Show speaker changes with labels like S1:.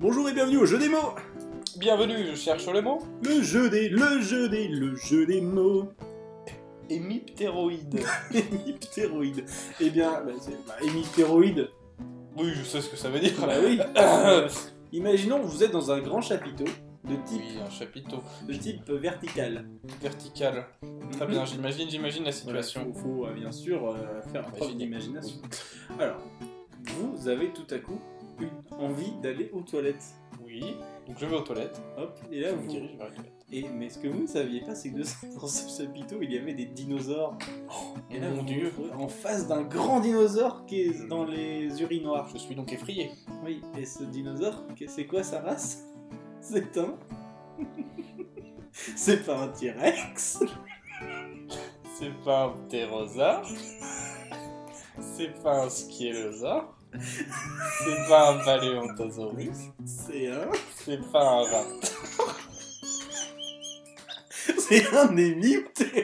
S1: Bonjour et bienvenue au jeu des mots
S2: Bienvenue, je cherche le mot.
S1: Le jeu des, le jeu des, le jeu des mots
S2: Hémiptéroïde.
S1: Hémiptéroïde Eh bien, bah, c'est- bah, hémiptéroïde,
S2: oui, je sais ce que ça veut dire.
S1: bah oui Euh, Imaginons que vous êtes dans un grand chapiteau de type,
S2: Oui, un chapiteau
S1: de type vertical.
S2: vertical. Très bien, j'imagine, j'imagine la situation.
S1: Il faut, faut, euh, bien sûr euh, faire preuve
S2: Imaginer.
S1: d'imagination. Alors, vous avez tout à coup une envie d'aller aux toilettes.
S2: Oui, donc je vais aux toilettes.
S1: Hop, et
S2: Je
S1: là
S2: me
S1: vous...
S2: dirige vers les toilettes.
S1: Et, mais ce que vous ne saviez pas, c'est que de- dans ce chapiteau, il y avait des dinosaures. Et là,
S2: Mon
S1: vous
S2: dieu.
S1: vous retrouvez en face d'un grand dinosaure qui est dans les urinoirs.
S2: Ah, Je suis donc effrayé.
S1: Oui, et ce dinosaure, que- c'est quoi sa race C'est un. c'est pas un T-Rex
S2: C'est pas un ptérosaure. C'est pas un skélosaure. C'est pas un paléontosaurus.
S1: C'est un.
S2: C'est pas un rat.
S1: C'est un hémiptère